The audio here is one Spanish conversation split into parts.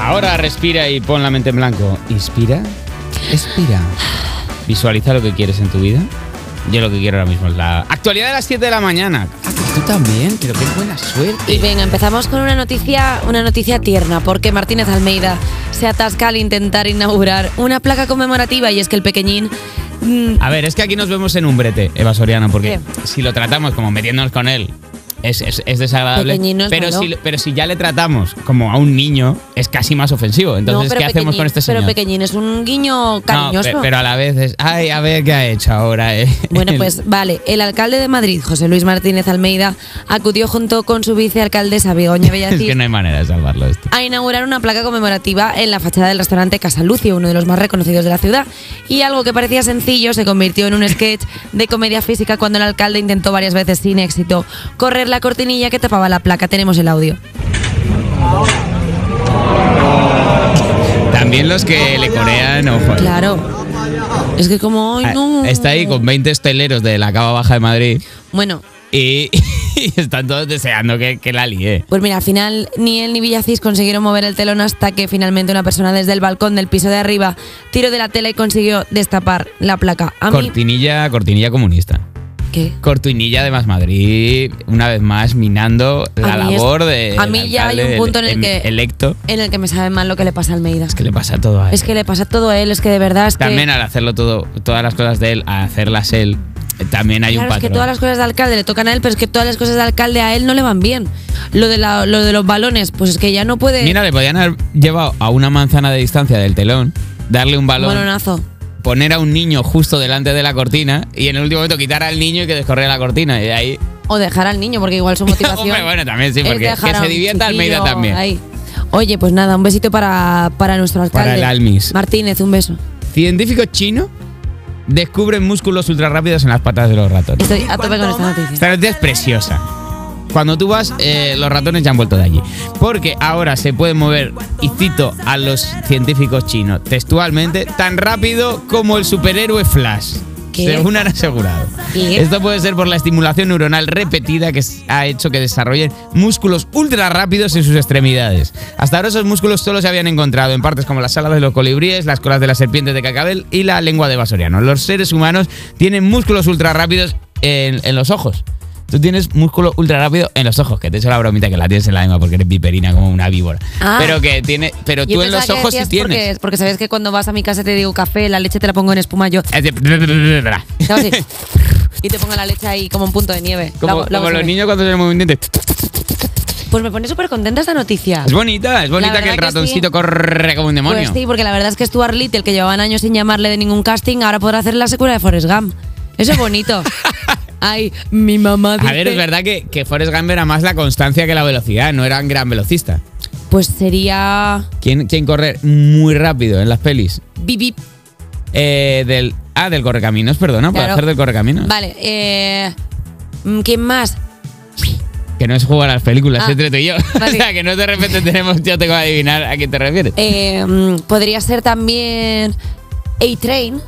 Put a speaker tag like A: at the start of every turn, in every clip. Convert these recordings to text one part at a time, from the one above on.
A: Ahora respira y pon la mente en blanco. Inspira, expira. Visualiza lo que quieres en tu vida. Yo lo que quiero ahora mismo es la actualidad de las 7 de la mañana. Ah, que tú también, pero qué buena suerte.
B: Y venga, empezamos con una noticia, una noticia tierna, porque Martínez Almeida se atasca al intentar inaugurar una placa conmemorativa y es que el pequeñín mm,
A: A ver, es que aquí nos vemos en un brete, Eva Soriano, porque
B: ¿Qué?
A: si lo tratamos como metiéndonos con él, es, es- es desagradable.
B: Pequeñín no es
A: Pero
B: malo.
A: si, pero si ya le tratamos como a un niño, es casi más ofensivo. Entonces,
B: no, pero
A: ¿qué hacemos
B: pequeñín-
A: con este señor?
B: Pero pequeñín es un guiño
A: No,
B: cariñoso.
A: pe- pero a la vez es, ay, a ver qué ha hecho ahora. eh.
B: Bueno, pues vale, el alcalde de Madrid, José Luis Martínez Almeida, acudió junto con su vicealcaldesa Begoña
A: es
B: Bellací
A: que no hay manera de salvarlo esto.
B: a inaugurar una placa conmemorativa en la fachada del restaurante Casa Lucio, uno de los más reconocidos de la ciudad. Y algo que parecía sencillo se convirtió en un sketch de comedia física cuando el alcalde intentó varias veces sin éxito correr la cortinilla que tapaba la placa. Tenemos el audio.
A: También los que le corean, ojo. eh.
B: Claro. Es que como hoy
A: Ah,
B: no.
A: Está ahí con 20 esteleros de la cava baja de Madrid
B: Bueno,
A: y, y están todos deseando que, que la líe.
B: Pues mira, al final ni él ni Villacís consiguieron mover el telón hasta que finalmente una persona desde el balcón del piso de arriba tiró de la tela y consiguió destapar la placa. A mí,
A: Cortinilla, cortinilla comunista.
B: ¿qué?
A: Cortinilla de Más Madrid, una vez más minando la
B: A mí es-
A: labor de. em-
B: a mí ya hay un punto en el que-
A: Electo.
B: En el que me sabe mal lo que le pasa a Almeida.
A: Es que le pasa todo a él.
B: Es que le pasa todo a él, es que de verdad es
A: también
B: que...
A: al hacerlo todo, todas las cosas de él, a hacerlas él, eh, también hay un
B: Claro, es
A: patrón.
B: que todas las cosas de alcalde le tocan a él, pero es que todas las cosas de alcalde a él no le van bien. Lo de, la- lo de los balones, pues es que ya no puede...
A: Mira, le podían haber llevado a una manzana de distancia del telón, darle un balón,
B: balonazo.
A: poner a un niño justo delante de la cortina y en el último momento quitar al niño y que descorriera la cortina. Y de ahí.
B: O dejar al niño, porque igual su motivación.
A: Hombre, bueno, también sí,
B: es
A: porque
B: dejar
A: que
B: a
A: se
B: un
A: divierta Almeida
B: chiquillo
A: también.
B: ahí. Oye, pues nada, un besito para, para nuestro alcalde.
A: Para el Almis.
B: Martínez, un beso.
A: Científicos chinos descubren músculos ultrarrápidos en las patas de los ratones.
B: Estoy a tope con esta noticia.
A: Esta noticia es preciosa. Cuando tú vas, eh, los ratones ya han vuelto de allí. Porque ahora se puede mover, y cito a los científicos chinos, textualmente, tan rápido como el superhéroe Flash.
B: ¿Qué?
A: Según han asegurado.
B: ¿Qué?
A: Esto puede ser por la estimulación neuronal repetida que s- ha hecho que desarrollen músculos ultra rápidos en sus extremidades. Hasta ahora esos músculos solo se habían encontrado en partes como las alas de los colibríes, las colas de las serpientes de cacabel y la lengua de vasoriano. Los seres humanos tienen músculos ultra rápidos en, en los ojos. Tú tienes músculo ultra rápido en los ojos, que te he hecho la bromita que la tienes en la misma porque eres viperina como una víbora.
B: Ah.
A: Pero que tiene, pero
B: Yo
A: tú en
B: pensaba
A: los
B: que
A: ojos sí
B: decías
A: tienes.
B: Porque, porque sabes que cuando vas a mi casa te digo café, la leche te la pongo en espuma yo.
A: Es de-
B: te hago así, y te pongo la leche ahí como un punto de nieve. Lo
A: Como,
B: hago- lo hago
A: como los
B: siempre.
A: niños cuando se mueven un diente.
B: Pues me pone súper contenta esta noticia.
A: Es bonita, es bonita
B: verdad
A: que el
B: que
A: ratoncito
B: sí.
A: corre como un demonio.
B: Pues sí, porque la verdad es que Stuart Little, que llevaban años sin llamarle de ningún casting, ahora podrá hacer la secuela de Forrest Gump. Eso es bonito. Ay, mi mamá dice...
A: A ver, es verdad que, que Forrest Gump era más la constancia que la velocidad, no era un gran velocista.
B: Pues sería...
A: ¿Quién, quién corre muy rápido en las pelis?
B: Bip, bip.
A: Eh, del, ah, del correcaminos, perdona, para
B: Claro.
A: hacer del correcaminos.
B: Vale, eh... mm, ¿Quién más?
A: Que no es jugar a las películas,
B: Ah.
A: entre tú y yo. o
B: Vale.
A: sea, que no de repente tenemos, yo tengo que adivinar a quién te refieres.
B: Eh, mm, podría ser también A-Train,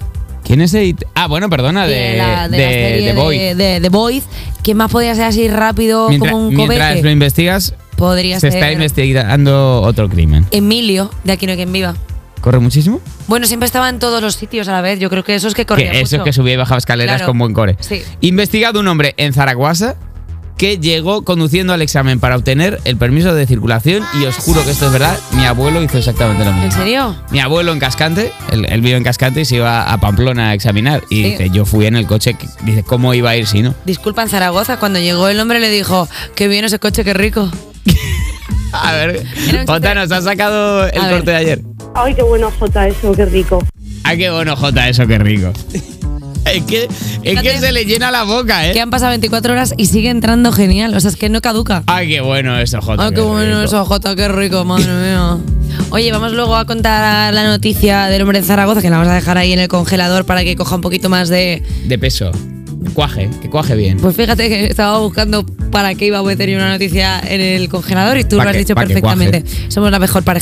A: ¿Quién es el.? Ah, bueno, perdona, de,
B: de, la, de,
A: de-
B: la serie
A: de Boy.
B: de, de- de Boys. ¿Quién más podría ser así rápido
A: mientras
B: como un
A: mientras lo
B: cobete?
A: investigas,
B: Podría
A: se
B: ser
A: está investigando otro crimen.
B: Emilio, de Aquí no hay quien viva.
A: ¿Corre muchísimo?
B: Bueno, siempre estaba en todos los sitios a la vez. Yo creo que eso es que corría
A: que eso es
B: mucho.
A: que subía y bajaba escaleras
B: Claro.
A: con buen core.
B: Sí.
A: Investigado un hombre en Zaragoza que llegó conduciendo al examen para obtener el permiso de circulación y os juro que esto es verdad, mi abuelo hizo exactamente lo mismo.
B: ¿En serio?
A: Mi abuelo en Cascante, él, él vive en Cascante y se iba a Pamplona a examinar y
B: Sí.
A: dice, yo fui en el coche, que- dice, ¿cómo iba a ir si no?
B: Disculpa, en Zaragoza, cuando llegó el hombre le dijo, qué bien ese coche, qué rico.
A: A ver,
B: Era un chiste.
A: Jota, nos ha sacado el
B: A ver.
A: corte de ayer.
C: Ay, qué bueno, Jota, eso, qué rico.
A: Ay, qué bueno, Jota, eso, qué rico. Es que, es que
B: Fíjate.
A: se le llena la boca, ¿eh?
B: Que han pasado 24 horas y sigue entrando genial. O sea, es que no caduca.
A: Ay, Ah, qué bueno eso, Jota.
B: Ay, Ah, qué bueno
A: rico.
B: eso, Jota, qué rico, madre mía. Oye, vamos luego a contar la noticia del hombre de Zaragoza, que la vamos a dejar ahí en el congelador para que coja un poquito más de...
A: de peso. Que cuaje, que cuaje bien.
B: Pues fíjate que estaba buscando para qué iba a meter yo una noticia en el congelador y tú
A: Pa'
B: lo has
A: que-
B: dicho
A: pa' que cuaje.
B: perfectamente. Somos la mejor pareja.